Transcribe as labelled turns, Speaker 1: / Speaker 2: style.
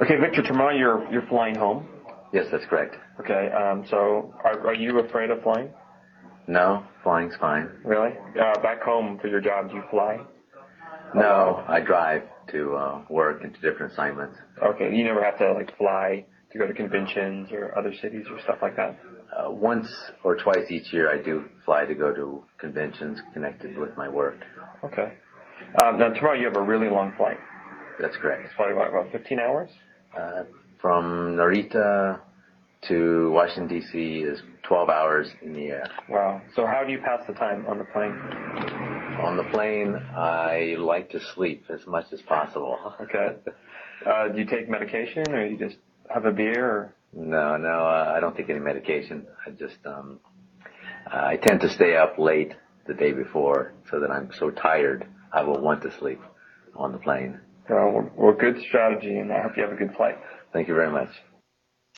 Speaker 1: Okay, Victor, tomorrow you're you're flying home.
Speaker 2: Yes, that's correct.
Speaker 1: Okay, um, so are are you afraid of flying?
Speaker 2: No, flying's fine.
Speaker 1: Really? Uh, back home for your job, do you fly?
Speaker 2: No, I drive to uh, work and to different assignments.
Speaker 1: Okay, you never have to like fly to go to conventions or other cities or stuff like that.
Speaker 2: Uh, once or twice each year, I do fly to go to conventions connected with my work.
Speaker 1: Okay. Um, now tomorrow you have a really long flight.
Speaker 2: That's correct.
Speaker 1: It's probably what, about 15 hours.
Speaker 2: Uh, from Narita to Washington D.C. is 12 hours in the air.
Speaker 1: Wow. So how do you pass the time on the plane?
Speaker 2: On the plane, I like to sleep as much as possible.
Speaker 1: Okay. Uh, do you take medication or you just have a beer? Or?
Speaker 2: No, no, uh, I don't take any medication. I just, um, I tend to stay up late the day before so that I'm so tired I will want to sleep on the plane.
Speaker 1: Well, well, good strategy, and I hope you have a good flight.
Speaker 2: Thank you very much.